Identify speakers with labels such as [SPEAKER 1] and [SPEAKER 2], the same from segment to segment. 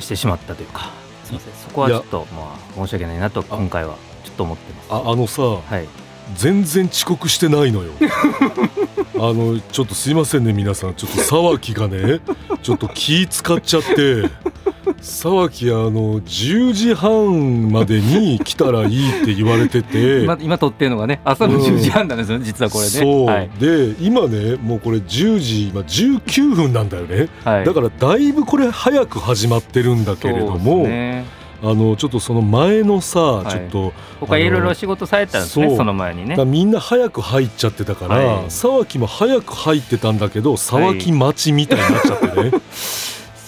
[SPEAKER 1] してしまったというかすみませんそこはちょっとまあ申し訳ないなと今回はちょっと思ってます
[SPEAKER 2] ああのさ、
[SPEAKER 1] はい
[SPEAKER 2] 全然遅刻してない のよあのちょっとすいませんね皆さんちょっと沢木が ねちょっと気使っちゃって沢木あの10時半までに来たらいいって言われて て、
[SPEAKER 1] 今今撮ってるのがね朝の
[SPEAKER 2] うん
[SPEAKER 1] 10時半なんですよね、実はこれね
[SPEAKER 2] そう、
[SPEAKER 1] はい、
[SPEAKER 2] で今ねもうこれ10時今19分なんだよね、
[SPEAKER 1] はい、
[SPEAKER 2] だからだいぶこれ早く始まってるんだけれど
[SPEAKER 1] そう
[SPEAKER 2] も、
[SPEAKER 1] ですね
[SPEAKER 2] あのちょっとその前のさ、
[SPEAKER 1] い
[SPEAKER 2] ちょっと
[SPEAKER 1] 他いろいろ仕事されたんです
[SPEAKER 2] そ
[SPEAKER 1] ね
[SPEAKER 2] う
[SPEAKER 1] その前にね
[SPEAKER 2] だからみんな早く入っちゃってたから、
[SPEAKER 1] はい
[SPEAKER 2] 沢木も早く入ってたんだけど沢木待ちみたいになっちゃ ってね、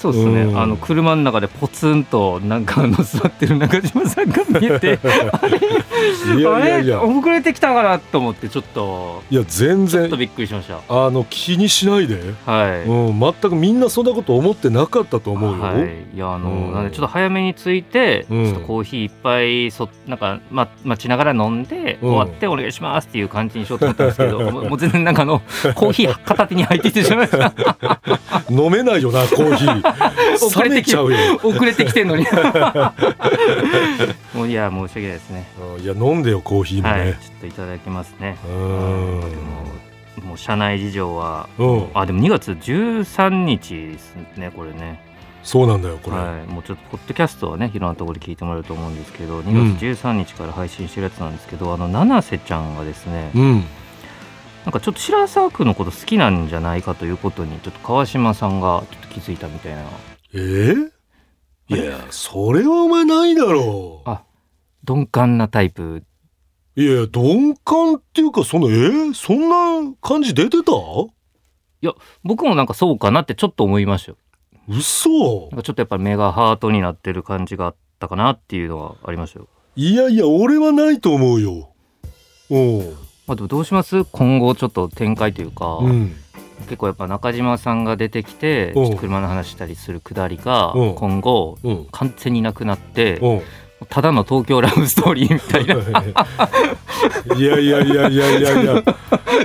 [SPEAKER 1] そうですね、
[SPEAKER 2] うん
[SPEAKER 1] あの車の中でポツンとなんかあの座ってる中島さんが見えて
[SPEAKER 2] い、やいや
[SPEAKER 1] あ
[SPEAKER 2] い
[SPEAKER 1] れ
[SPEAKER 2] や
[SPEAKER 1] 遅れてきたかなと思ってちょっと
[SPEAKER 2] いや全
[SPEAKER 1] ちょっと
[SPEAKER 2] 然
[SPEAKER 1] びっくりしました
[SPEAKER 2] あの気にしないで、
[SPEAKER 1] はい、
[SPEAKER 2] うん、全くみんなそんなこと思ってなかったと思うよ、
[SPEAKER 1] はい、いやあの、
[SPEAKER 2] うん
[SPEAKER 1] なんでちょっと早めに着いて、
[SPEAKER 2] うん
[SPEAKER 1] ちょっとコーヒーいっぱいそなんか、ま、待ちながら飲んで、
[SPEAKER 2] うん
[SPEAKER 1] 終わってお願いしますっていう感じにしようと思ったんです けどもうもう全然なんかあのコーヒー片手に入ってきてしま いました
[SPEAKER 2] 飲めないよなコーヒー
[SPEAKER 1] 遅
[SPEAKER 2] 冷
[SPEAKER 1] れ
[SPEAKER 2] め
[SPEAKER 1] て
[SPEAKER 2] ち
[SPEAKER 1] きて
[SPEAKER 2] ゃうよ
[SPEAKER 1] 遅れてきて んのにもういや申し訳ないですね
[SPEAKER 2] うんいや飲んでよコーヒーも
[SPEAKER 1] はい
[SPEAKER 2] ね、
[SPEAKER 1] ちょっといただきますね
[SPEAKER 2] うん
[SPEAKER 1] もうもう社内事情は
[SPEAKER 2] うん
[SPEAKER 1] あでも2月13日ですねこれね
[SPEAKER 2] そうなんだよこれ、
[SPEAKER 1] はい、もうちょっとポッドキャストはねいろんなところで聞いてもらえると思うんですけど2月13日から配信してるやつなんですけど、あの七瀬ちゃんがですね
[SPEAKER 2] うん
[SPEAKER 1] なんかちょっと白沢君のこと好きなんじゃないかということにちょっと川島さんがちょっと気づいたみたいな
[SPEAKER 2] えーいやそれはお前ないだろ
[SPEAKER 1] あ鈍感なタイプ
[SPEAKER 2] ういや鈍感っていうかそのえーそんな感じ出てた
[SPEAKER 1] 僕もなんかそうかなってちょっと思いましたよ
[SPEAKER 2] 嘘
[SPEAKER 1] なんかちょっとやっぱり目がハートになってる感じがあったかなっていうのはありましたよ
[SPEAKER 2] いやいや俺はないと思うようん
[SPEAKER 1] まあでもどうします今後ちょっと展開というか、
[SPEAKER 2] うん
[SPEAKER 1] 結構やっぱ中島さんが出てきてち
[SPEAKER 2] うん
[SPEAKER 1] ょっと車の話したりするくだりが
[SPEAKER 2] うん
[SPEAKER 1] 今後
[SPEAKER 2] うん
[SPEAKER 1] 完全になくなって
[SPEAKER 2] うん
[SPEAKER 1] ただの東京ラブストーリーみたいな
[SPEAKER 2] いやいやいやいやいやいや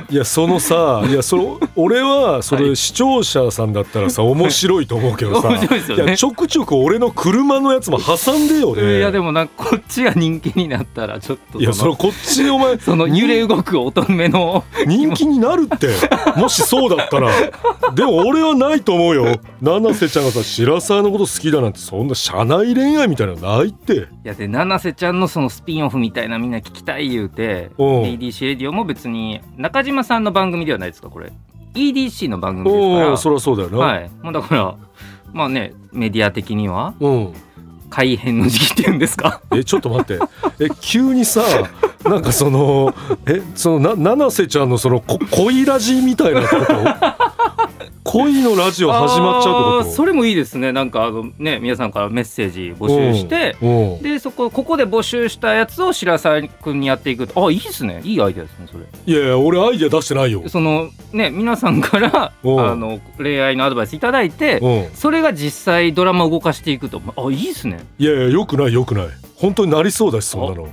[SPEAKER 2] いやそのさいやその俺はそ
[SPEAKER 1] は
[SPEAKER 2] れ
[SPEAKER 1] い
[SPEAKER 2] 視聴者さんだったら さ面白いと思うけど
[SPEAKER 1] 面
[SPEAKER 2] さ
[SPEAKER 1] 白いですよ
[SPEAKER 2] いや
[SPEAKER 1] ね
[SPEAKER 2] ちょくちょく俺の車のやつも挟んでよね
[SPEAKER 1] いやでもなんかこっちが人気になったらちょっと
[SPEAKER 2] いや
[SPEAKER 1] そ
[SPEAKER 2] それ
[SPEAKER 1] の
[SPEAKER 2] こっちでお前
[SPEAKER 1] その揺れ動く乙女の
[SPEAKER 2] 人気になるってもしそうだったらでも俺はないと思うよ七瀬ちゃんがさ白沢のこと好きだなんてそんな社内恋愛みたいなのないって
[SPEAKER 1] いやで七瀬ちゃんのそのスピンオフみたいなみんな聞きたい言うて
[SPEAKER 2] うん
[SPEAKER 1] EDC レディオも別に中島さんの番組ではないですかこれ EDC の番組ですか
[SPEAKER 2] おお
[SPEAKER 1] ら
[SPEAKER 2] そりゃそうだよな、
[SPEAKER 1] はいもうだからまあねメディア的には
[SPEAKER 2] うん
[SPEAKER 1] 改変の時期っていうんで すか
[SPEAKER 2] えちょっと待ってえ急にさなんかそのえそのな七瀬ちゃんのそのこ恋ラジみたいなこと恋のラジオ始まっちゃうって
[SPEAKER 1] あー
[SPEAKER 2] こと
[SPEAKER 1] それもいいですねなんかあのね皆さんからメッセージ募集して、
[SPEAKER 2] うんうん
[SPEAKER 1] でそこここで募集したやつを白沢君にやっていくあいいですねいいアイデアですねそれ
[SPEAKER 2] いやいや俺アイデア出してないよ、
[SPEAKER 1] そのね皆さんからあ
[SPEAKER 2] うん
[SPEAKER 1] の恋愛のアドバイスいただいて
[SPEAKER 2] うん、
[SPEAKER 1] それが実際ドラマを動かしていくとあいいですね
[SPEAKER 2] いやいやよくないよくない本当になりそうだしそんなの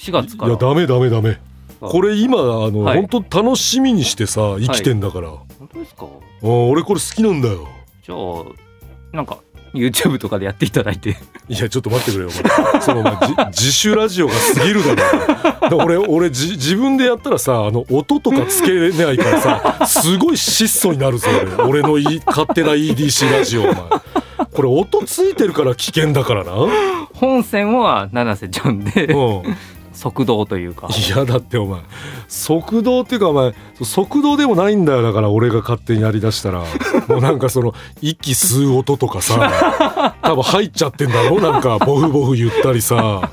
[SPEAKER 1] 4月か
[SPEAKER 2] い
[SPEAKER 1] ら
[SPEAKER 2] やダメダメダメ
[SPEAKER 1] あ
[SPEAKER 2] これ今あの、
[SPEAKER 1] はい
[SPEAKER 2] 本当楽しみにしてさ生きてんだから、
[SPEAKER 1] 本当ですか
[SPEAKER 2] うん俺これ好きなんだよ
[SPEAKER 1] じゃあなんか YouTube とかでやっていただいて
[SPEAKER 2] いやちょっと待ってくれよ お前そのお前じ自主ラジオが過ぎるだろだから俺俺じ自分でやったらさあの音とかつけないからさすごい質素になるぞ俺俺のい勝手な EDC ラジオお前これ音ついてるから危険だからなうん
[SPEAKER 1] 本線は七瀬ちゃんで速道というか
[SPEAKER 2] いやだってお前速道っていうかお前速道でもないんだよだから俺が勝手にやりだした らもうなんかその息吸う音とかさ多分入っちゃってんだろなんかボフボフ言ったりさ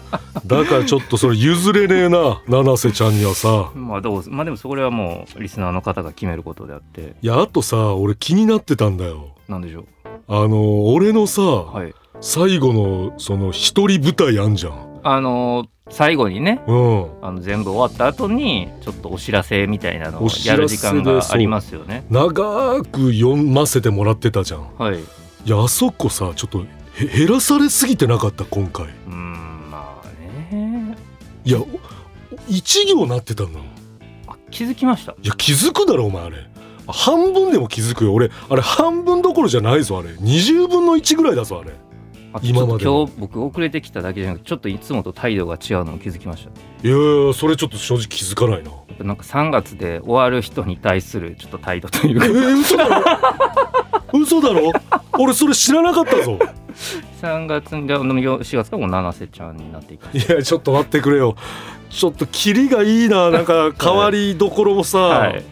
[SPEAKER 2] だからちょっとそれ譲れねえな七瀬ちゃんにはさ
[SPEAKER 1] まあどうすまあでもそれはもうリスナーの方が決めることであって
[SPEAKER 2] いやあとさ俺気になってたんだよ
[SPEAKER 1] なんでしょう
[SPEAKER 2] あの俺のさ、
[SPEAKER 1] はい
[SPEAKER 2] 最後のその一人舞台あんじゃん
[SPEAKER 1] あの最後にね
[SPEAKER 2] うん
[SPEAKER 1] あの全部終わった後にちょっとお知らせみたいなのを
[SPEAKER 2] お知らせで
[SPEAKER 1] やる時間がありますよね
[SPEAKER 2] 長く読ませてもらってたじゃん
[SPEAKER 1] はい
[SPEAKER 2] いやあそこさちょっとへ減らされすぎてなかった今回
[SPEAKER 1] うーんまあね
[SPEAKER 2] いやお一行なってたんだもん
[SPEAKER 1] あ気づきました
[SPEAKER 2] いや気づくだろお前あれ半分でも気づくよ俺あれ半分どころじゃないぞあれ20分の1ぐらいだぞあれ
[SPEAKER 1] あ
[SPEAKER 2] 今まで
[SPEAKER 1] ちょっと今日僕遅れてきただけじゃなくてちょっといつもと態度が違うのを気づきました
[SPEAKER 2] いやいやそれちょっと正直気づかないな
[SPEAKER 1] やっぱなんか3月で終わる人に対するちょっと態度という
[SPEAKER 2] え
[SPEAKER 1] か
[SPEAKER 2] ー、嘘だろ嘘だろ俺それ知らなかったぞ
[SPEAKER 1] 3月で4月からもう七瀬ちゃんになっていく
[SPEAKER 2] いやちょっと待ってくれよちょっとキリがいいななんか変わりどころもさ、
[SPEAKER 1] はい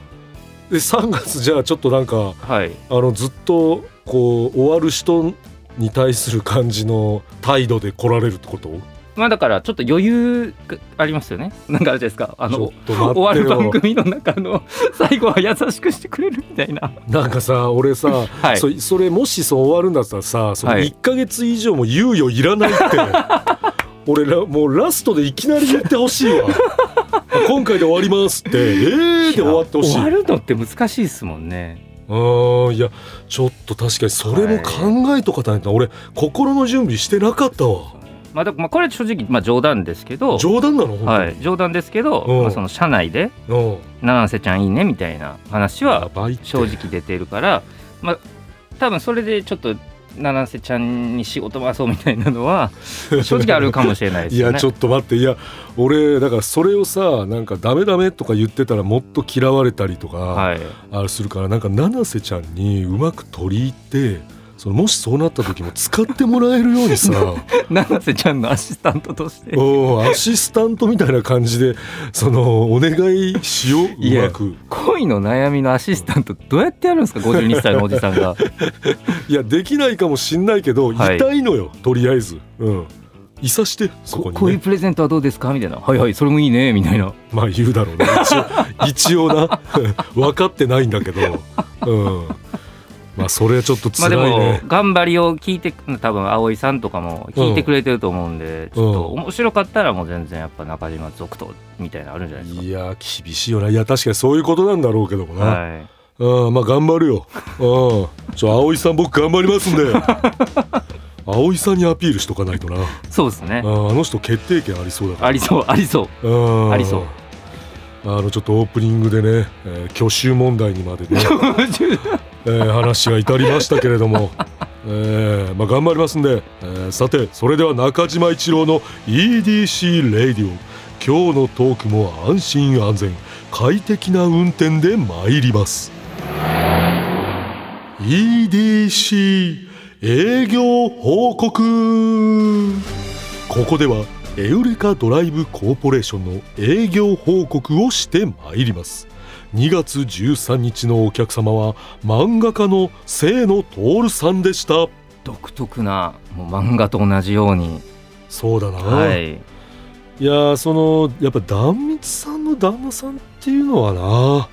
[SPEAKER 2] で3月じゃあちょっとなんか
[SPEAKER 1] はい
[SPEAKER 2] あのずっとこう終わる人に対する感じの態度で来られるってこと
[SPEAKER 1] まあだからちょっと余裕がありますよね なんかあれですかあ
[SPEAKER 2] ちょ
[SPEAKER 1] の
[SPEAKER 2] っと
[SPEAKER 1] 終わ
[SPEAKER 2] 待っ
[SPEAKER 1] る
[SPEAKER 2] て
[SPEAKER 1] 番
[SPEAKER 2] よ
[SPEAKER 1] 組の中の最後は優しくしてくれるみたいな
[SPEAKER 2] なんかさ俺さ
[SPEAKER 1] はい
[SPEAKER 2] そそれもしそう終わるんだったらさその
[SPEAKER 1] はい
[SPEAKER 2] 1か月以上も猶予いらないっ て、俺らもうラストでいきなり言ってほしい わ今回で終わりますってえーで終わってほしい
[SPEAKER 1] 終わるのって難しいですもんね
[SPEAKER 2] うーんいやちょっと確かにそれも考えとかないと、俺心の準備してなかったわ
[SPEAKER 1] まあだからまあこれは正直まあ冗談ですけど
[SPEAKER 2] 冗談なの本当に、
[SPEAKER 1] はい冗談ですけど
[SPEAKER 2] うん
[SPEAKER 1] まあその社内で
[SPEAKER 2] うん
[SPEAKER 1] 七瀬ちゃんいいねみたいな話は
[SPEAKER 2] やばいって
[SPEAKER 1] 正直出てるからまあ多分それでちょっと七瀬ちゃんに仕事回そうみたいな のは 正直あるかもしれないです
[SPEAKER 2] い
[SPEAKER 1] よ
[SPEAKER 2] や
[SPEAKER 1] ね
[SPEAKER 2] ちょっと待っていや俺だからそれをさなんかダメダメとか言ってたらもっと嫌われたりとか、
[SPEAKER 1] はい
[SPEAKER 2] あれするからなんか七瀬ちゃんにうまく取り入ってそのもしそうなった時も使ってもらえるように さ
[SPEAKER 1] 七瀬ちゃんのアシスタントとして
[SPEAKER 2] おうアシスタントみたいな感じでそのお願いしよう
[SPEAKER 1] いうや
[SPEAKER 2] まく
[SPEAKER 1] 恋の悩みのアシスタントどうやってやるんですか52歳のおじさんが
[SPEAKER 2] いやできないかもしんないけど、
[SPEAKER 1] はい
[SPEAKER 2] 痛いのよとりあえずうんいさして そこ
[SPEAKER 1] こう
[SPEAKER 2] に、
[SPEAKER 1] いう
[SPEAKER 2] ね、
[SPEAKER 1] プレゼントはどうですかみたいなはいはいそれもいいねみたいな
[SPEAKER 2] まあ言うだろうね 一応一応な 分かってないんだけどうんまあそれはちょっと
[SPEAKER 1] ま
[SPEAKER 2] 辛
[SPEAKER 1] あ
[SPEAKER 2] い
[SPEAKER 1] でも
[SPEAKER 2] ね、
[SPEAKER 1] 頑張りを聞いて多分葵さんとかも聞いてくれてると思うんで、ちょっと面白かったらもう全然やっぱ中島続投みたいなのあるんじゃないです
[SPEAKER 2] いや厳しいよないや確かにそういうことなんだろうけども
[SPEAKER 1] か
[SPEAKER 2] な、
[SPEAKER 1] はい
[SPEAKER 2] うん、まあ頑張るよ。うん、ちょ葵さん僕頑張りますん で。葵さんにアピールしとかないとな。
[SPEAKER 1] そうですね
[SPEAKER 2] あーあの人決定権ありそうだか
[SPEAKER 1] ありそうありそう
[SPEAKER 2] ら。うん、
[SPEAKER 1] ありそう。
[SPEAKER 2] あのちょっとオープニングでね、えー挙手問題にまでね、えー話が至りましたけれども、えーまあ頑張りますんで、えーさてそれでは中島一郎の EDC レイディオ今日のトークも安心安全快適な運転で参ります EDC 営業報告ここではエウレカドライブコーポレーションの営業報告をしてまいります2月13日のお客様は漫画家の清野徹さんでした
[SPEAKER 1] 独特なもう漫画と同じように
[SPEAKER 2] そうだな、
[SPEAKER 1] はい
[SPEAKER 2] い、やーそのやっぱ壇蜜さんの旦那さんっていうのはな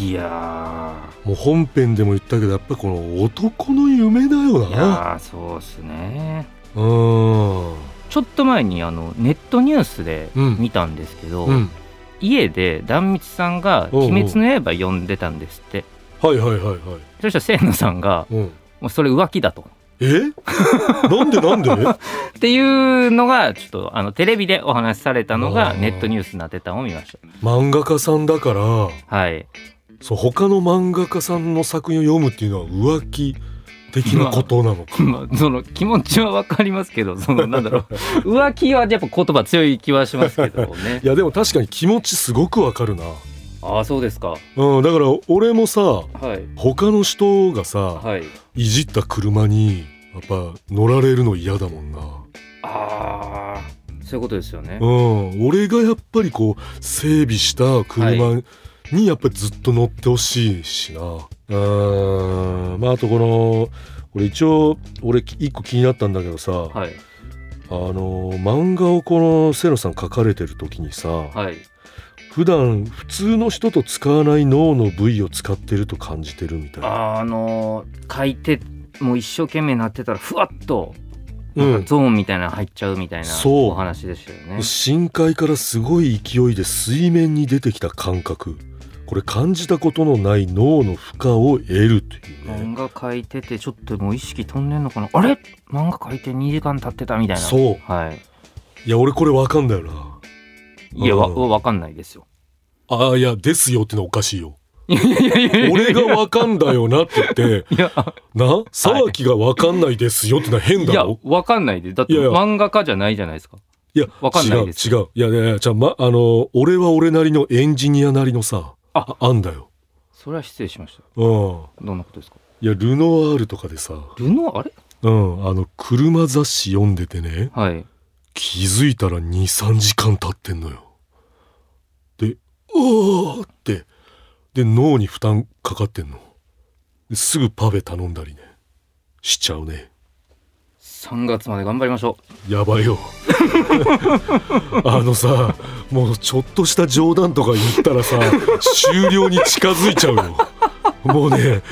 [SPEAKER 2] い
[SPEAKER 1] や
[SPEAKER 2] もう本編でも言ったけどやっぱこの男の夢だよ
[SPEAKER 1] ーい
[SPEAKER 2] な
[SPEAKER 1] やーそうっすね
[SPEAKER 2] うーん
[SPEAKER 1] ちょっと前にあのネットニュースで
[SPEAKER 2] うん
[SPEAKER 1] 見たんですけど、
[SPEAKER 2] うん
[SPEAKER 1] 家で壇蜜さんが「
[SPEAKER 2] おうおう
[SPEAKER 1] 鬼滅の刃」読んでたんですって
[SPEAKER 2] はいはいはいはい、
[SPEAKER 1] そしたら清野さんが
[SPEAKER 2] うん、
[SPEAKER 1] 「もうそれ浮気だ」と。
[SPEAKER 2] え なんでなんで
[SPEAKER 1] っていうのがちょっとあのテレビでお話しされたのが
[SPEAKER 2] おー
[SPEAKER 1] ネットニュースになってたのを見まし
[SPEAKER 2] 漫画家さんだから
[SPEAKER 1] たはい
[SPEAKER 2] そう他の漫画家さんの作品を読むっていうのは浮気的なことなのか、
[SPEAKER 1] まあその気持ちは分かりますけ どそのなんだろう浮気はやっぱ言葉強い気はしますけどね
[SPEAKER 2] いやでも確かに気持ちすごくわかるな、
[SPEAKER 1] ああそうですか
[SPEAKER 2] うん、だから俺もさ
[SPEAKER 1] はい
[SPEAKER 2] 他の人がさ
[SPEAKER 1] はい
[SPEAKER 2] いじった車にやっぱ乗られるの嫌だもんな、
[SPEAKER 1] ああそういうことですよね
[SPEAKER 2] うん、俺がやっぱりこう整備した車にやっぱりずっと乗ってほしいしな、うんまああとこのこれ一応俺一個気になったんだけどさ、
[SPEAKER 1] はい
[SPEAKER 2] あの漫画をこの清野さん書かれてる時にさ、
[SPEAKER 1] はい
[SPEAKER 2] 普段普通の人と使わない脳の部位を使ってると感じてるみたいな
[SPEAKER 1] あーあのー書いてもう一生懸命なってたらふわっとなんかゾーンみたいなの入っちゃうみたいな
[SPEAKER 2] そう
[SPEAKER 1] お話でしたよね。
[SPEAKER 2] 深海からすごい勢いで水面に出てきた感覚これ感じたことのない脳の負荷を得るというね
[SPEAKER 1] 漫画書いててちょっともう意識飛んでんのかなあれ漫画書いて2時間経ってたみたいな
[SPEAKER 2] そう
[SPEAKER 1] はい
[SPEAKER 2] いや俺これわかんだよない
[SPEAKER 1] やわ
[SPEAKER 2] うん
[SPEAKER 1] わかんないですよ
[SPEAKER 2] ああいやですよってのはおかしいよ
[SPEAKER 1] いやいやいやいや
[SPEAKER 2] 俺がわかんだよなって言って
[SPEAKER 1] いや
[SPEAKER 2] な沢木がわかんないですよってのは変だ
[SPEAKER 1] いや
[SPEAKER 2] ろ
[SPEAKER 1] わかんないでだって
[SPEAKER 2] いやいや
[SPEAKER 1] 漫画家じゃないじゃないですか
[SPEAKER 2] いや
[SPEAKER 1] わかんないです
[SPEAKER 2] 違う違ういやいやいやじゃあ、ま、あの俺は俺なりのエンジニアなりのさ
[SPEAKER 1] あ
[SPEAKER 2] あんだよ
[SPEAKER 1] それは失礼しました
[SPEAKER 2] うん
[SPEAKER 1] どんなことですか
[SPEAKER 2] いやルノワールとかでさ
[SPEAKER 1] ルノーあれ
[SPEAKER 2] うんあの車雑誌読んでてね
[SPEAKER 1] はい
[SPEAKER 2] 気づいたら23時間経ってんのよで「おー!」ってで脳に負担かかってんのですぐパフェ頼んだりねしちゃうね
[SPEAKER 1] 3月まで頑張りましょ
[SPEAKER 2] やばいよあのさもうちょっとした冗談とか言ったらさ終了に近づいちゃうよもうね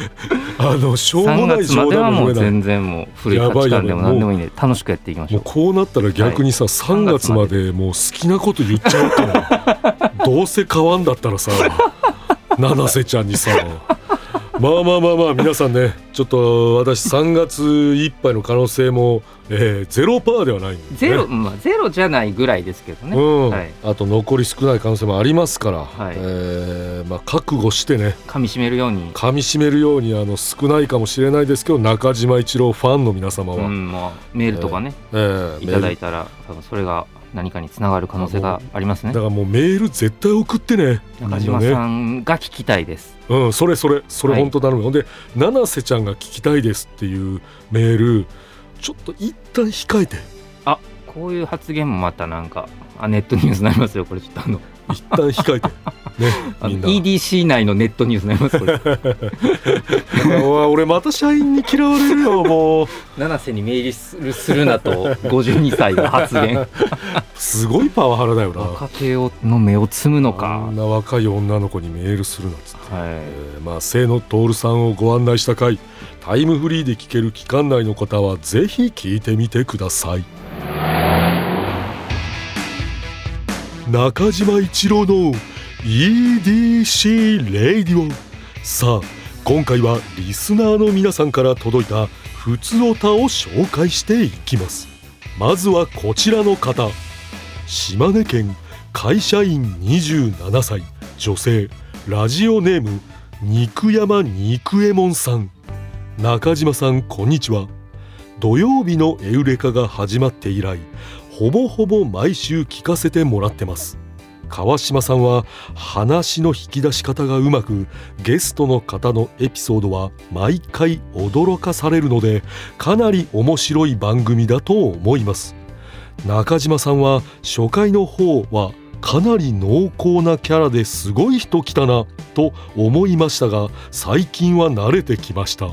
[SPEAKER 2] あのし
[SPEAKER 1] う
[SPEAKER 2] ょうも
[SPEAKER 1] 3
[SPEAKER 2] ない
[SPEAKER 1] 月ま
[SPEAKER 2] 冗
[SPEAKER 1] では
[SPEAKER 2] 談も
[SPEAKER 1] も
[SPEAKER 2] 言
[SPEAKER 1] う
[SPEAKER 2] えない
[SPEAKER 1] 全然もう古い
[SPEAKER 2] や
[SPEAKER 1] 価
[SPEAKER 2] ばい
[SPEAKER 1] 値観でも
[SPEAKER 2] やばい
[SPEAKER 1] 何でもいいんで楽しくやっていきまし
[SPEAKER 2] も
[SPEAKER 1] ょ
[SPEAKER 2] う
[SPEAKER 1] う
[SPEAKER 2] こうなったら逆にさ、3月までもう好きなこと言っちゃおうかなどうせ変わんだったらさ七瀬ちゃんにさまあまあまあまあ皆さんねちょっと私3月いっぱいの可能性も、えー、ゼロパーではないんで、ね、
[SPEAKER 1] ゼロ、まあゼロじゃないぐらいですけどね、
[SPEAKER 2] うん
[SPEAKER 1] はい
[SPEAKER 2] あと残り少ない可能性もありますから、
[SPEAKER 1] はい
[SPEAKER 2] えーまあ、覚悟してね
[SPEAKER 1] 噛み締めるように
[SPEAKER 2] 噛み締めるようにあの少ないかもしれないですけど中島一郎ファンの皆様
[SPEAKER 1] う
[SPEAKER 2] は、
[SPEAKER 1] んまあメールとかね、
[SPEAKER 2] えー
[SPEAKER 1] いただ
[SPEAKER 2] メー
[SPEAKER 1] い
[SPEAKER 2] ル
[SPEAKER 1] たら多分それが何かにつながる可能性がありますね
[SPEAKER 2] だからもうメール絶対送ってね
[SPEAKER 1] 中
[SPEAKER 2] みんな
[SPEAKER 1] 島
[SPEAKER 2] ね
[SPEAKER 1] さんが聞きたいです、
[SPEAKER 2] うん、それそれそれ
[SPEAKER 1] はい
[SPEAKER 2] 本当頼む、ほんで「七瀬ちゃんが聞きたいです」っていうメールちょっと一旦控えて
[SPEAKER 1] こういう発言もまたなんかあネットニュースになりますよこれちょっとあの
[SPEAKER 2] 一旦控 えてね
[SPEAKER 1] あ
[SPEAKER 2] み
[SPEAKER 1] の
[SPEAKER 2] んな
[SPEAKER 1] EDC 内のネットニュースになりますこれ
[SPEAKER 2] うわ俺また社員に嫌われるよもう
[SPEAKER 1] 七瀬にメールするするなと52歳が発 言
[SPEAKER 2] すごいパワハラだよな
[SPEAKER 1] 若手をの目をつむの
[SPEAKER 2] あ
[SPEAKER 1] か
[SPEAKER 2] んな若い女の子にメールするなんつって、え
[SPEAKER 1] は
[SPEAKER 2] ーまあ清野徹さんをご案内した回タイムフリーで聞ける期間内の方はぜひ聞いてみてください中島一郎の EDC レイディオさあ今回はリスナーの皆さんから届いた普通の歌を紹介していきますまずはこちらの方島根県会社員27歳女性ラジオネーム肉山肉右衛門さん中島さんこんにちは土曜日のエウレカが始まって以来ほぼほぼ毎週聞かせてもらってます川島さんは話の引き出し方がうまくゲストの方のエピソードは毎回驚かされるのでかなり面白い番組だと思います中島さんは初回の方はかなり濃厚なキャラですごい人来たなと思いましたが最近は慣れてきました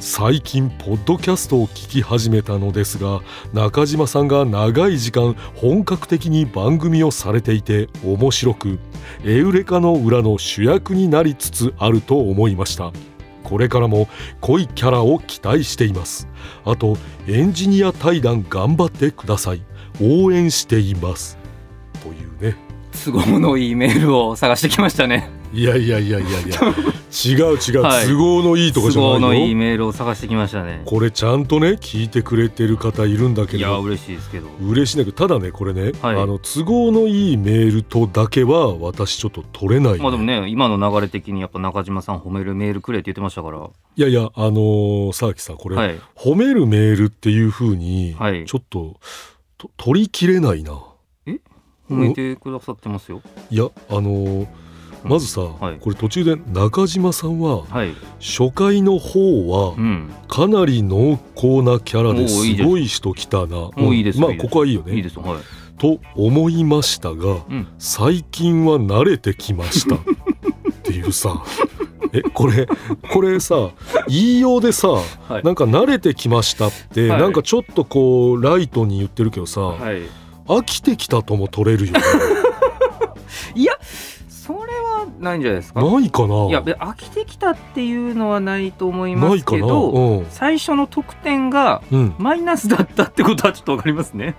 [SPEAKER 2] 最近ポッドキャストを聞き始めたのですが中島さんが長い時間本格的に番組をされていて面白くエウレカの裏の主役になりつつあると思いましたこれからも濃いキャラを期待していますあとエンジニア対談頑張ってください応援していますというね
[SPEAKER 1] い都合のいいメールを探してきましたね
[SPEAKER 2] いやいやいやいやいや違う違う、
[SPEAKER 1] はい
[SPEAKER 2] 都合のいいとかじゃないよ
[SPEAKER 1] 都合のいいメールを探してきましたね
[SPEAKER 2] これちゃんとね聞いてくれてる方いるんだけ
[SPEAKER 1] いや
[SPEAKER 2] ど
[SPEAKER 1] 嬉しいですけど
[SPEAKER 2] 嬉しいんだけどただねこれね、
[SPEAKER 1] はい
[SPEAKER 2] あの都合のいいメールとだけは私ちょっと取れない、
[SPEAKER 1] まあでもね今の流れ的にやっぱ中島さん褒めるメールくれって言ってましたから
[SPEAKER 2] いやいやあのー、沢木さんこれ、
[SPEAKER 1] はい
[SPEAKER 2] 褒めるメールっていうふうに、
[SPEAKER 1] はい
[SPEAKER 2] ちょっとと取りきれないな
[SPEAKER 1] 褒めてくださってますよ
[SPEAKER 2] いやあのーまずさ、
[SPEAKER 1] はい
[SPEAKER 2] これ途中で中島さんは
[SPEAKER 1] はい
[SPEAKER 2] 初回の方は
[SPEAKER 1] うん
[SPEAKER 2] かなり濃厚なキャラで
[SPEAKER 1] おーいい
[SPEAKER 2] す
[SPEAKER 1] です
[SPEAKER 2] ごい人来たな
[SPEAKER 1] ーいいです
[SPEAKER 2] まあ
[SPEAKER 1] いいです
[SPEAKER 2] ここはいいよね
[SPEAKER 1] いいですはい
[SPEAKER 2] と思いましたが、
[SPEAKER 1] うん
[SPEAKER 2] 最近は慣れてきましたっていうさ えこれこれさ言いようでさ、
[SPEAKER 1] い
[SPEAKER 2] なんか慣れてきましたって、
[SPEAKER 1] はい
[SPEAKER 2] なんかちょっとこうライトに言ってるけどさ、
[SPEAKER 1] はい
[SPEAKER 2] 飽きてきたとも取れるよね
[SPEAKER 1] いやそれはないんじゃないですか
[SPEAKER 2] ないかないい
[SPEAKER 1] やで飽きてきたっていうのはないと思いま
[SPEAKER 2] ない
[SPEAKER 1] す
[SPEAKER 2] か
[SPEAKER 1] け
[SPEAKER 2] な
[SPEAKER 1] ど
[SPEAKER 2] うん、
[SPEAKER 1] 最初の得点が
[SPEAKER 2] うん、
[SPEAKER 1] マイナスだったってことはちょっとわかりますね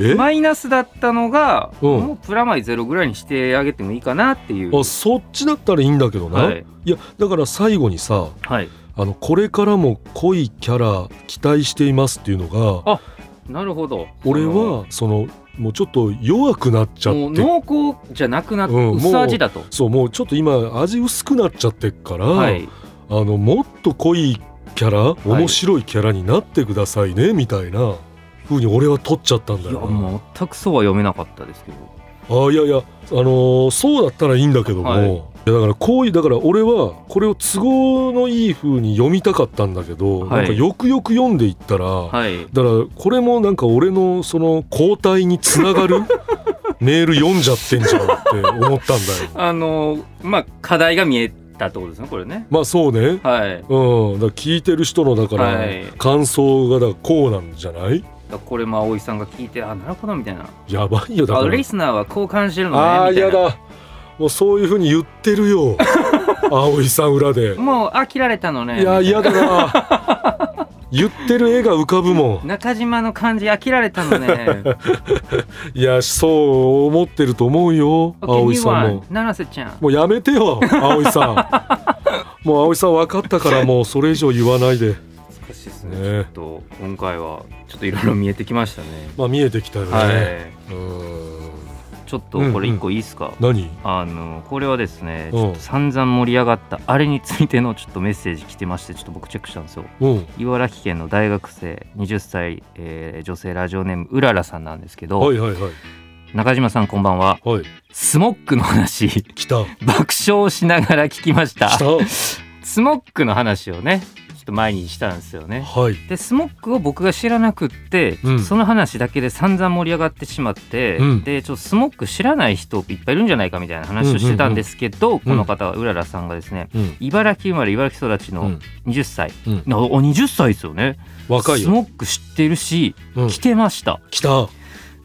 [SPEAKER 2] え、
[SPEAKER 1] マイナスだったのが、
[SPEAKER 2] うん
[SPEAKER 1] もうプラマイゼロぐらいにしてあげてもいいかなっていう
[SPEAKER 2] あそっちだったらいいんだけどな、、
[SPEAKER 1] はいい、
[SPEAKER 2] やだから最後にさ
[SPEAKER 1] はい、
[SPEAKER 2] あのこれからも濃いキャラ期待していますっていうのが
[SPEAKER 1] あなるほど
[SPEAKER 2] 俺はそのもうちょっと弱くなっちゃ
[SPEAKER 1] そ
[SPEAKER 2] っ
[SPEAKER 1] の
[SPEAKER 2] て
[SPEAKER 1] もう濃厚じゃなくなって、
[SPEAKER 2] うん
[SPEAKER 1] 薄味だと
[SPEAKER 2] そうもうちょっと今味薄くなっちゃってっから、
[SPEAKER 1] はい
[SPEAKER 2] あのもっと濃いキャラ、
[SPEAKER 1] い
[SPEAKER 2] 面白いキャラになってくださいねみたいな風に俺は取っちゃったん
[SPEAKER 1] い
[SPEAKER 2] だ
[SPEAKER 1] や
[SPEAKER 2] よな
[SPEAKER 1] 全くそうは読めなかったですけど
[SPEAKER 2] あいやいや、あのーそうだったらいいんだけども、
[SPEAKER 1] はい
[SPEAKER 2] い、やだからこういうだから俺はこれを都合のいい風に読みたかったんだけど、
[SPEAKER 1] はい
[SPEAKER 2] なんかよくよく読んでいったら、
[SPEAKER 1] はい
[SPEAKER 2] だからこれもなんか俺のその交代につなが るメール読んじゃってんじゃんって思ったんだよ。
[SPEAKER 1] あのまあ課題が見えたってことですねこれね
[SPEAKER 2] まあそうね、
[SPEAKER 1] はい
[SPEAKER 2] うん、だから聞いてる人のだから
[SPEAKER 1] はい
[SPEAKER 2] 感想がだからこうなんじゃない
[SPEAKER 1] だこれも葵さんが聞いてあなるほどみたいな
[SPEAKER 2] やばいよだか
[SPEAKER 1] あ
[SPEAKER 2] ら
[SPEAKER 1] リスナーはこう感じてるの
[SPEAKER 2] あ
[SPEAKER 1] ね
[SPEAKER 2] あ
[SPEAKER 1] みた
[SPEAKER 2] や
[SPEAKER 1] いな
[SPEAKER 2] だもうそういうふうに言ってる よ葵さん裏で。
[SPEAKER 1] もう飽きられたのね
[SPEAKER 2] いや
[SPEAKER 1] みた
[SPEAKER 2] 嫌だな言ってる絵が浮かぶもん
[SPEAKER 1] 中島の感じ飽きられた のね
[SPEAKER 2] いやそう思ってると思 うよ葵さんも
[SPEAKER 1] 七瀬ちゃん
[SPEAKER 2] もうやめてよ葵さ んもう葵さん分かった からもうそれ以上言わないで
[SPEAKER 1] 難しいです
[SPEAKER 2] ね
[SPEAKER 1] ね
[SPEAKER 2] ねえ
[SPEAKER 1] ちょっと今回はちょっといろいろ見えてきましたね
[SPEAKER 2] まあ見えてきたよね、
[SPEAKER 1] はい、
[SPEAKER 2] うーん
[SPEAKER 1] ちょっとこれ一個いいですか、
[SPEAKER 2] 何
[SPEAKER 1] あのこれはですね、
[SPEAKER 2] うん
[SPEAKER 1] ちょっと散々盛り上がったあれについてのちょっとメッセージ来てましてちょっと僕チェックしたんですよ
[SPEAKER 2] うん
[SPEAKER 1] 茨城県の大学生20歳、えー女性ラジオネームうららさんなんですけど、
[SPEAKER 2] はいはいはい
[SPEAKER 1] 中島さんこんばんは
[SPEAKER 2] はい
[SPEAKER 1] スモックの話
[SPEAKER 2] 来た
[SPEAKER 1] 爆笑しながら聞きました
[SPEAKER 2] 来た
[SPEAKER 1] スモックの話をねちょっと前にしたんですよね
[SPEAKER 2] はい
[SPEAKER 1] でスモックを僕が知らなくって、
[SPEAKER 2] うん
[SPEAKER 1] その話だけで散々盛り上がってしまって、
[SPEAKER 2] うん
[SPEAKER 1] でちょっとスモック知らない人いっぱいいるんじゃないかみたいな話をしてたんですけど、この方はうららさんがですね
[SPEAKER 2] うん
[SPEAKER 1] 茨城生まれ茨城育ち
[SPEAKER 2] う
[SPEAKER 1] の
[SPEAKER 2] ん
[SPEAKER 1] 20歳、
[SPEAKER 2] うん
[SPEAKER 1] なお20歳ですよね
[SPEAKER 2] 若い
[SPEAKER 1] ス
[SPEAKER 2] よ、
[SPEAKER 1] モック知ってるし
[SPEAKER 2] うん、
[SPEAKER 1] 着てました、
[SPEAKER 2] 来た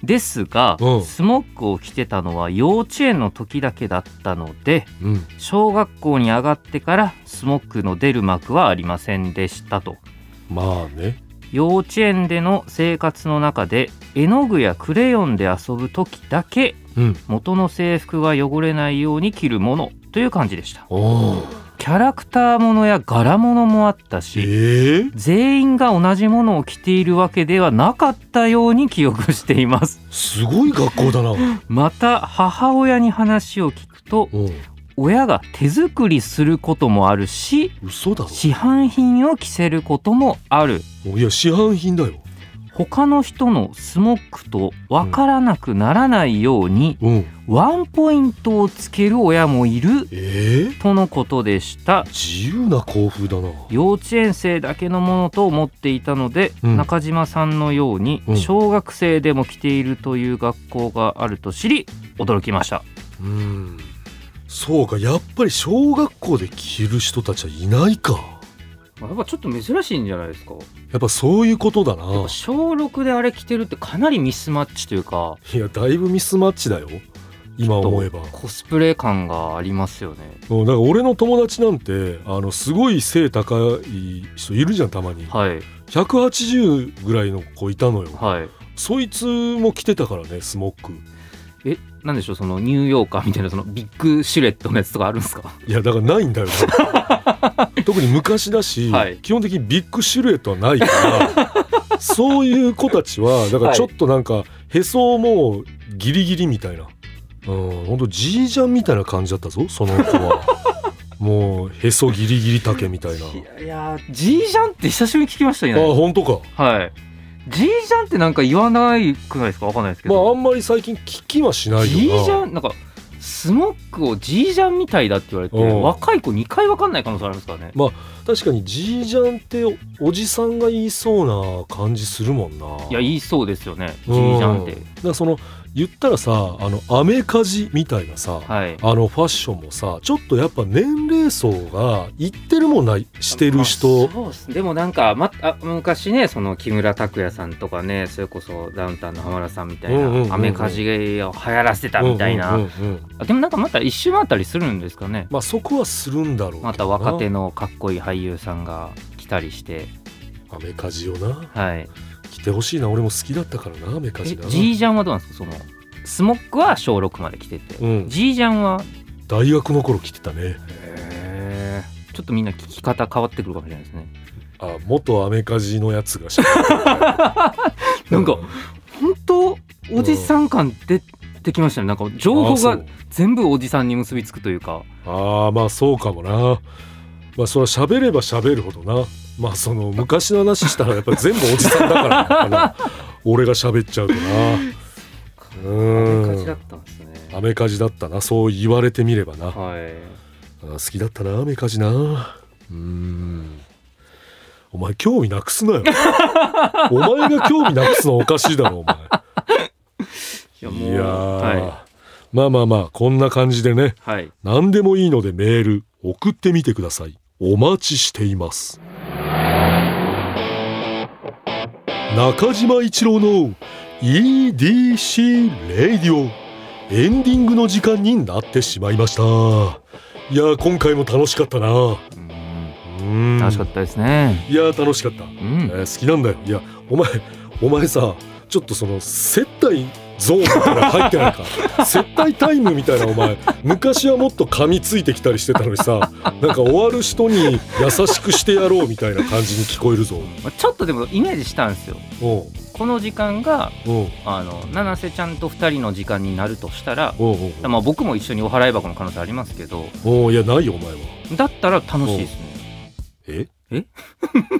[SPEAKER 1] ですが、
[SPEAKER 2] うん
[SPEAKER 1] スモックを着てたのは幼稚園の時だけだったので
[SPEAKER 2] うん
[SPEAKER 1] 小学校に上がってからスモックの出る幕はありませんでしたと
[SPEAKER 2] まあね
[SPEAKER 1] 幼稚園での生活の中で絵の具やクレヨンで遊ぶ時だけ
[SPEAKER 2] うん
[SPEAKER 1] 元の制服が汚れないように着るものという感じでした
[SPEAKER 2] おー
[SPEAKER 1] キャラクターものや柄物もあった
[SPEAKER 2] え
[SPEAKER 1] し
[SPEAKER 2] ー、
[SPEAKER 1] 全員が同じものを着ているわけではなかったように記憶しています
[SPEAKER 2] すごい学校だな、うん、
[SPEAKER 1] また母親に話を聞くと親が手作りすることもあるし
[SPEAKER 2] 嘘だろ
[SPEAKER 1] 市販品を着せることもある
[SPEAKER 2] いや市販品だよ。
[SPEAKER 1] 他の人のスモックと分からなくならないように
[SPEAKER 2] うん。
[SPEAKER 1] ワンポイントをつける親もいる
[SPEAKER 2] ええ
[SPEAKER 1] とのことでした
[SPEAKER 2] 自由な校風だな。
[SPEAKER 1] 幼稚園生だけのものと思っていたので、
[SPEAKER 2] うん
[SPEAKER 1] 中島さんのように
[SPEAKER 2] うん
[SPEAKER 1] 小学生でも来ているという学校があると知り驚きました
[SPEAKER 2] うん。そうか、やっぱり小学校で着る人たちはいないか。
[SPEAKER 1] やっぱちょっと珍しいんじゃないですか
[SPEAKER 2] やっぱそういうことだな。
[SPEAKER 1] 小6であれ着てるってかなりミスマッチというか
[SPEAKER 2] いや、だいぶミスマッチだよ。今思えば。
[SPEAKER 1] コスプレ感がありますよね
[SPEAKER 2] うん、だから俺の友達なんて、あの、すごい背高い人いるじゃん、たまに。
[SPEAKER 1] はい
[SPEAKER 2] 180ぐらいの子いたのよ。
[SPEAKER 1] はい
[SPEAKER 2] そいつも着てたからね、スモック。
[SPEAKER 1] えなんでしょうそのニューヨーカーみたいなそのビッグシルエットのやつとかあるんですか
[SPEAKER 2] いやだからないんだよ特に昔だし、
[SPEAKER 1] はい
[SPEAKER 2] 基本的にビッグシルエットはないからそういう子たちはだからちょっとなんかへそをもうギリギリみたいなうんほんとじいちゃんみたいな感じだったぞその子はもうへそギリギリ丈みたいなあ
[SPEAKER 1] やいやジージャンって久しぶりに聞きましたね
[SPEAKER 2] 本当か
[SPEAKER 1] はいジージャンってなんか言わないくないですかわかんないですけ
[SPEAKER 2] まああ
[SPEAKER 1] ど、
[SPEAKER 2] んまり最近聞きはしない
[SPEAKER 1] ジ
[SPEAKER 2] よな
[SPEAKER 1] ージャンなんかスモックをジージャンみたいだって言われて
[SPEAKER 2] うん
[SPEAKER 1] 若い子2回わかんない可能性ありますからね
[SPEAKER 2] 確かにじいちゃんっておじさんが言いそうな感じするもんない
[SPEAKER 1] や言いそうですよねジ
[SPEAKER 2] うん
[SPEAKER 1] ージャンって
[SPEAKER 2] だからその言ったらさあのアメカジみたいなさ、
[SPEAKER 1] はい
[SPEAKER 2] あのファッションもさちょっとやっぱ年齢層がいってるもんないしてる人、
[SPEAKER 1] まあそうっすでもなんか、ま、あ昔ねその木村拓哉さんとかねそれこそダウンタウンの浜田さんみたい
[SPEAKER 2] うんうんうんうん
[SPEAKER 1] なアメカジを流行らせたみたいな、
[SPEAKER 2] うんうんうんうん
[SPEAKER 1] あでもなんかまた一周回ったりするんですかね
[SPEAKER 2] まあそこはするんだろうけどな
[SPEAKER 1] また若手のかっこいい俳優さんが来たりして
[SPEAKER 2] アメカジをな
[SPEAKER 1] はい
[SPEAKER 2] 着てほしいな俺も好きだったからなアメカ
[SPEAKER 1] え
[SPEAKER 2] ジな
[SPEAKER 1] G ジャンはどうなんですかそのスモックは小6まで来てて、
[SPEAKER 2] うん、
[SPEAKER 1] G ジャンは
[SPEAKER 2] 大学の頃着てたね
[SPEAKER 1] ちょっとみんな聞き方変わってくるかもしれないですね
[SPEAKER 2] あ元アメカジのやつがしゃべってる
[SPEAKER 1] なんか
[SPEAKER 2] う
[SPEAKER 1] 本当おじさん感出てきましたねなんか情報
[SPEAKER 2] あそう
[SPEAKER 1] が全部おじさんに結びつくというか
[SPEAKER 2] ああまあそうかもなまあそれは喋れば喋るほどなまあその昔の話したらやっぱ全部おじさんだからかな俺が喋っちゃうとなう
[SPEAKER 1] そういう感じ
[SPEAKER 2] ー
[SPEAKER 1] だっ
[SPEAKER 2] ん
[SPEAKER 1] たんですね
[SPEAKER 2] アメカジだったなそう言われてみればなあ
[SPEAKER 1] はい
[SPEAKER 2] ー好きだったなアメカジなうーんお前興味なくすなよお前が興味なくすのはおかしいだろお前い
[SPEAKER 1] いや
[SPEAKER 2] やー
[SPEAKER 1] は
[SPEAKER 2] まあまあまあこんな感じでね
[SPEAKER 1] い、はい、
[SPEAKER 2] 何でもいいのでメール送ってみてくださいお待ちしています中島一郎の EDC レイディオエンディングの時間になってしまいましたいや今回も楽しかったなう
[SPEAKER 1] うん
[SPEAKER 2] ーん
[SPEAKER 1] 楽しかったですね
[SPEAKER 2] いや楽しかった、
[SPEAKER 1] うん
[SPEAKER 2] えー好きなんだよいやお前お前さちょっとその接待ゾーンみたいなの入ってない か接待タイムみたいなお前昔はもっと噛みついてきたりしてたのにさなんか終わる人に優しくしてやろうみたいな感じに聞こえるぞ
[SPEAKER 1] まあちょっとでもイメージしたんですよ
[SPEAKER 2] おう
[SPEAKER 1] この時間が
[SPEAKER 2] おう
[SPEAKER 1] あの七瀬ちゃんと2人の時間になるとしたら
[SPEAKER 2] おうおう
[SPEAKER 1] まあ僕も一緒にお払い箱の可能性ありますけど
[SPEAKER 2] おういやないよお前は
[SPEAKER 1] だったら楽しいですね
[SPEAKER 2] え
[SPEAKER 1] え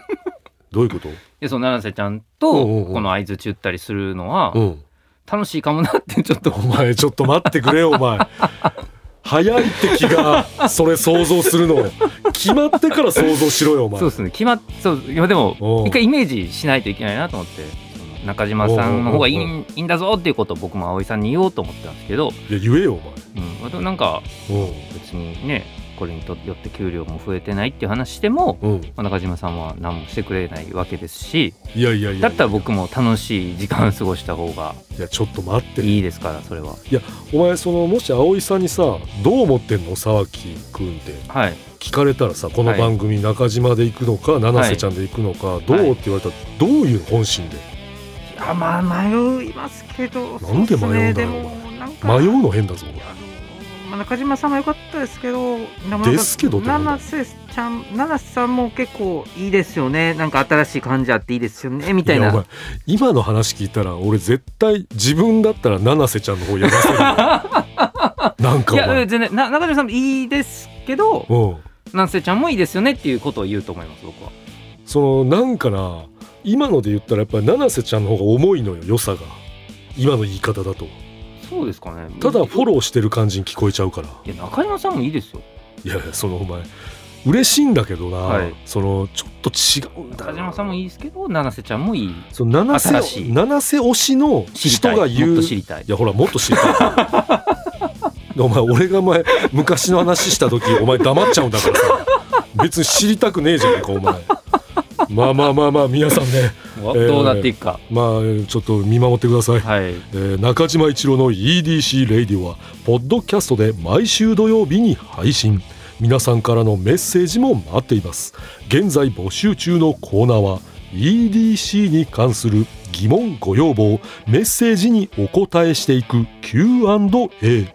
[SPEAKER 2] どういうこと
[SPEAKER 1] でその七瀬ちゃん
[SPEAKER 2] うんうん
[SPEAKER 1] と
[SPEAKER 2] うん
[SPEAKER 1] この相づち打ったりするのは
[SPEAKER 2] うん
[SPEAKER 1] 楽しいかもなってちょっと
[SPEAKER 2] お前ちょっと待ってくれよお前早いって気がそれ想像するの決まってから想像しろよお前
[SPEAKER 1] そうですね決まっそういやでも
[SPEAKER 2] おう
[SPEAKER 1] 一回イメージしないといけないなと思ってその中島さんの方がいい
[SPEAKER 2] おうおう
[SPEAKER 1] いいんだぞっていうことを僕も葵さんに言おうと思ってたんですけど、
[SPEAKER 2] いや言えよお
[SPEAKER 1] うんまあ、でもなんか
[SPEAKER 2] 前
[SPEAKER 1] 別にねこれにとよって給料も増えてないっていう話しても、
[SPEAKER 2] うんうん
[SPEAKER 1] まあ中島さんは何もしてくれないわけですし
[SPEAKER 2] いやいやいや
[SPEAKER 1] だったら僕も楽しい時間を過ごした方が
[SPEAKER 2] いやちょっと待って
[SPEAKER 1] いいですからそれは
[SPEAKER 2] お前そのもし葵さんにさどう思ってんの沢木君って
[SPEAKER 1] はい
[SPEAKER 2] 聞かれたらさこの番組中島で行くのか、七瀬ちゃんで行くのか、どう
[SPEAKER 1] はい
[SPEAKER 2] って言われたらどういう本心で
[SPEAKER 1] いやまあ迷いますけど
[SPEAKER 2] なんで迷うんだろう
[SPEAKER 3] そうっすねでもなんか
[SPEAKER 2] 迷うの変だぞ
[SPEAKER 3] あのまあ中島さんも良かったですけども
[SPEAKER 2] ですけどってなんだ
[SPEAKER 3] 七瀬ちゃん七瀬さんも結構いいですよねなんか新しい感じあっていいですよねみたい
[SPEAKER 2] やお
[SPEAKER 3] な
[SPEAKER 2] 前今の話聞いたら俺絶対自分だったら七瀬ちゃんの方やらせ るよなんか
[SPEAKER 1] い
[SPEAKER 2] お
[SPEAKER 1] や
[SPEAKER 2] 前
[SPEAKER 1] 全然な中島さんもいいですけど
[SPEAKER 2] うん
[SPEAKER 1] 南瀬ちゃんもいいですよねっていうことを言うと思います僕は
[SPEAKER 2] そのなんかな今ので言ったらやっぱり七瀬ちゃんの方が重いのよ良さが今の言い方だと
[SPEAKER 1] そうですかね
[SPEAKER 2] ただフォ
[SPEAKER 1] ロ
[SPEAKER 2] ローしてる感じに聞こえちゃうから
[SPEAKER 1] ーいや中島さんもいいですよ
[SPEAKER 2] いやいやそのお前嬉しいんだけどな、
[SPEAKER 1] はい
[SPEAKER 2] そのちょっと違うんだ
[SPEAKER 1] 中
[SPEAKER 2] よな
[SPEAKER 1] 島さんもいいですけど七瀬ちゃんもいい
[SPEAKER 2] その七瀬
[SPEAKER 1] 新しい
[SPEAKER 2] 七瀬推しの
[SPEAKER 1] 知りたい
[SPEAKER 2] 人が言う
[SPEAKER 1] もっと
[SPEAKER 2] い
[SPEAKER 1] 知りたい
[SPEAKER 2] やほらもっと知りた いお前俺が前昔の話した時お前黙っちゃうんだからさ別に知りたくねえじゃねえかお前まあまあまあまあ皆さんね
[SPEAKER 1] わ
[SPEAKER 2] えー
[SPEAKER 1] どうなっていくか、
[SPEAKER 2] まあちょっと見守ってください
[SPEAKER 1] はい
[SPEAKER 2] えー中島一郎の EDC レイディオはポッドキャストで毎週土曜日に配信皆さんからのメッセージも待っています現在募集中のコーナーは EDC に関する疑問ご要望メッセージにお答えしていく Q&A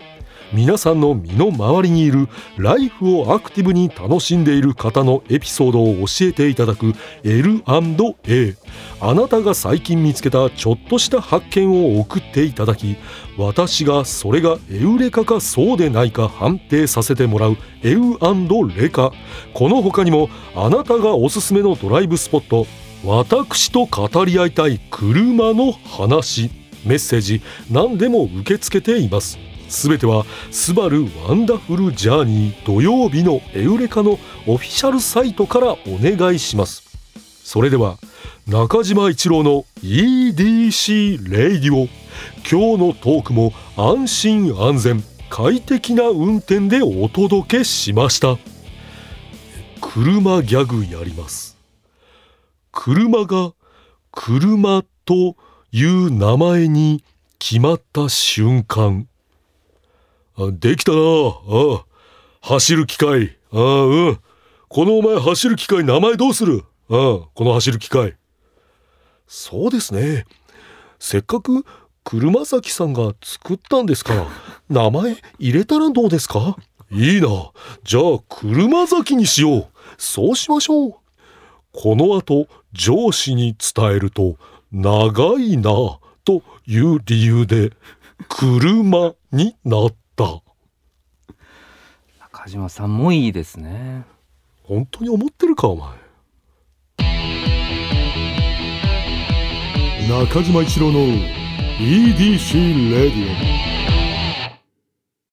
[SPEAKER 2] 皆さんの身の回りにいるライフをアクティブに楽しんでいる方のエピソードを教えていただく L&A あなたが最近見つけたちょっとした発見を送っていただき私がそれがエウレカかそうでないか判定させてもらうエウレカこの他にもあなたがおすすめのドライブスポット私と語り合いたい車の話メッセージ何でも受け付けていますすべては「スバルワンダフルジャーニー土曜日のエウレカ」のオフィシャルサイトからお願いしますそれでは中島一郎の EDC レイディオ今日のトークも安心安全快適な運転でお届けしました車ギャグやります車が車という名前に決まった瞬間あできたなあ走る機械あうんこのお前走る機械名前どうするあこの走る機械そうですねせっかく車崎さんが作ったんですから名前入れたらどうですかいいなじゃあ車崎にしようそうしましょうこの後上司に伝えると長いなという理由で車になった
[SPEAKER 1] 中島さんもいいですね
[SPEAKER 2] 本当に思ってるかお前中島一郎の EDC レディオ